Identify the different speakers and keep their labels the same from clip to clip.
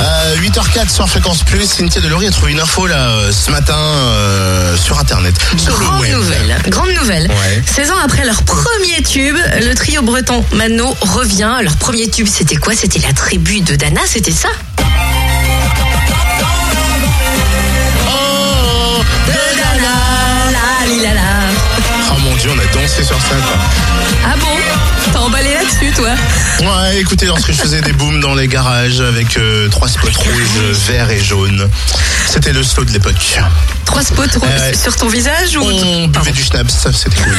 Speaker 1: Euh, 4 sur Fréquence Plus. Cynthia Delory a trouvé une info là euh, ce matin euh, sur internet. Sur
Speaker 2: Grande
Speaker 1: le web.
Speaker 2: nouvelle, hein. grande nouvelle.
Speaker 1: Ouais.
Speaker 2: 16 ans après leur premier tube, le trio breton Mano revient. Leur premier tube, c'était quoi C'était la tribu de Dana, c'était ça Oh, de Dana, la li la la.
Speaker 1: Oh mon dieu, on a dansé sur ça quoi.
Speaker 2: Ah bon T'as emballé là-dessus, toi
Speaker 1: Ouais, écoutez, lorsque je faisais des booms dans les garages avec euh, trois spots rouges, verts et jaunes, c'était le slow de l'époque.
Speaker 2: Trois spots rouges
Speaker 1: ouais.
Speaker 2: sur ton visage ou
Speaker 1: On
Speaker 2: Pardon.
Speaker 1: buvait du schnapps, c'était cool.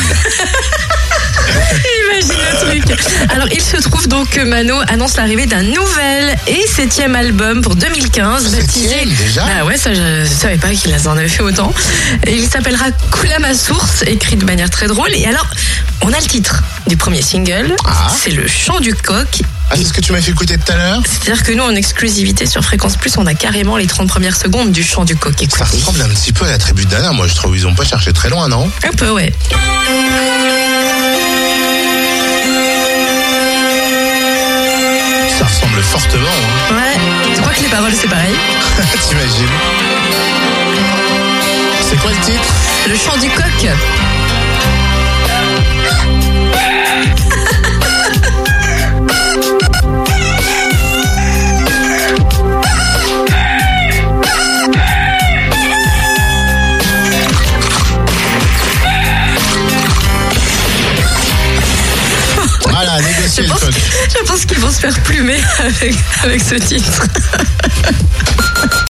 Speaker 2: Imagine le truc. Alors, il se trouve donc que Mano annonce l'arrivée d'un nouvel et septième album pour 2015, baptisé.
Speaker 1: Septième, déjà
Speaker 2: Ah ouais, ça je, je savais pas qu'il en avait fait autant. Et il s'appellera Coula ma source, écrit de manière très drôle. Et alors, on a le titre du premier single.
Speaker 1: Ah.
Speaker 2: C'est le chant du coq.
Speaker 1: Ah, c'est ce que tu m'as fait écouter tout à l'heure
Speaker 2: C'est-à-dire que nous, en exclusivité sur Fréquence Plus, on a carrément les 30 premières secondes du chant du coq.
Speaker 1: Ça
Speaker 2: Écoutez.
Speaker 1: ressemble un petit peu à la tribu de Dana, moi je trouve. Ils ont pas cherché très loin, non
Speaker 2: Un peu, ouais.
Speaker 1: Ça ressemble fortement, hein.
Speaker 2: Ouais. Je crois que les paroles, c'est pareil.
Speaker 1: T'imagines C'est quoi le titre
Speaker 2: Le chant du coq.
Speaker 1: Voilà, négocier le
Speaker 2: pense
Speaker 1: coq.
Speaker 2: Je pense qu'ils vont se faire plumer avec, avec ce titre.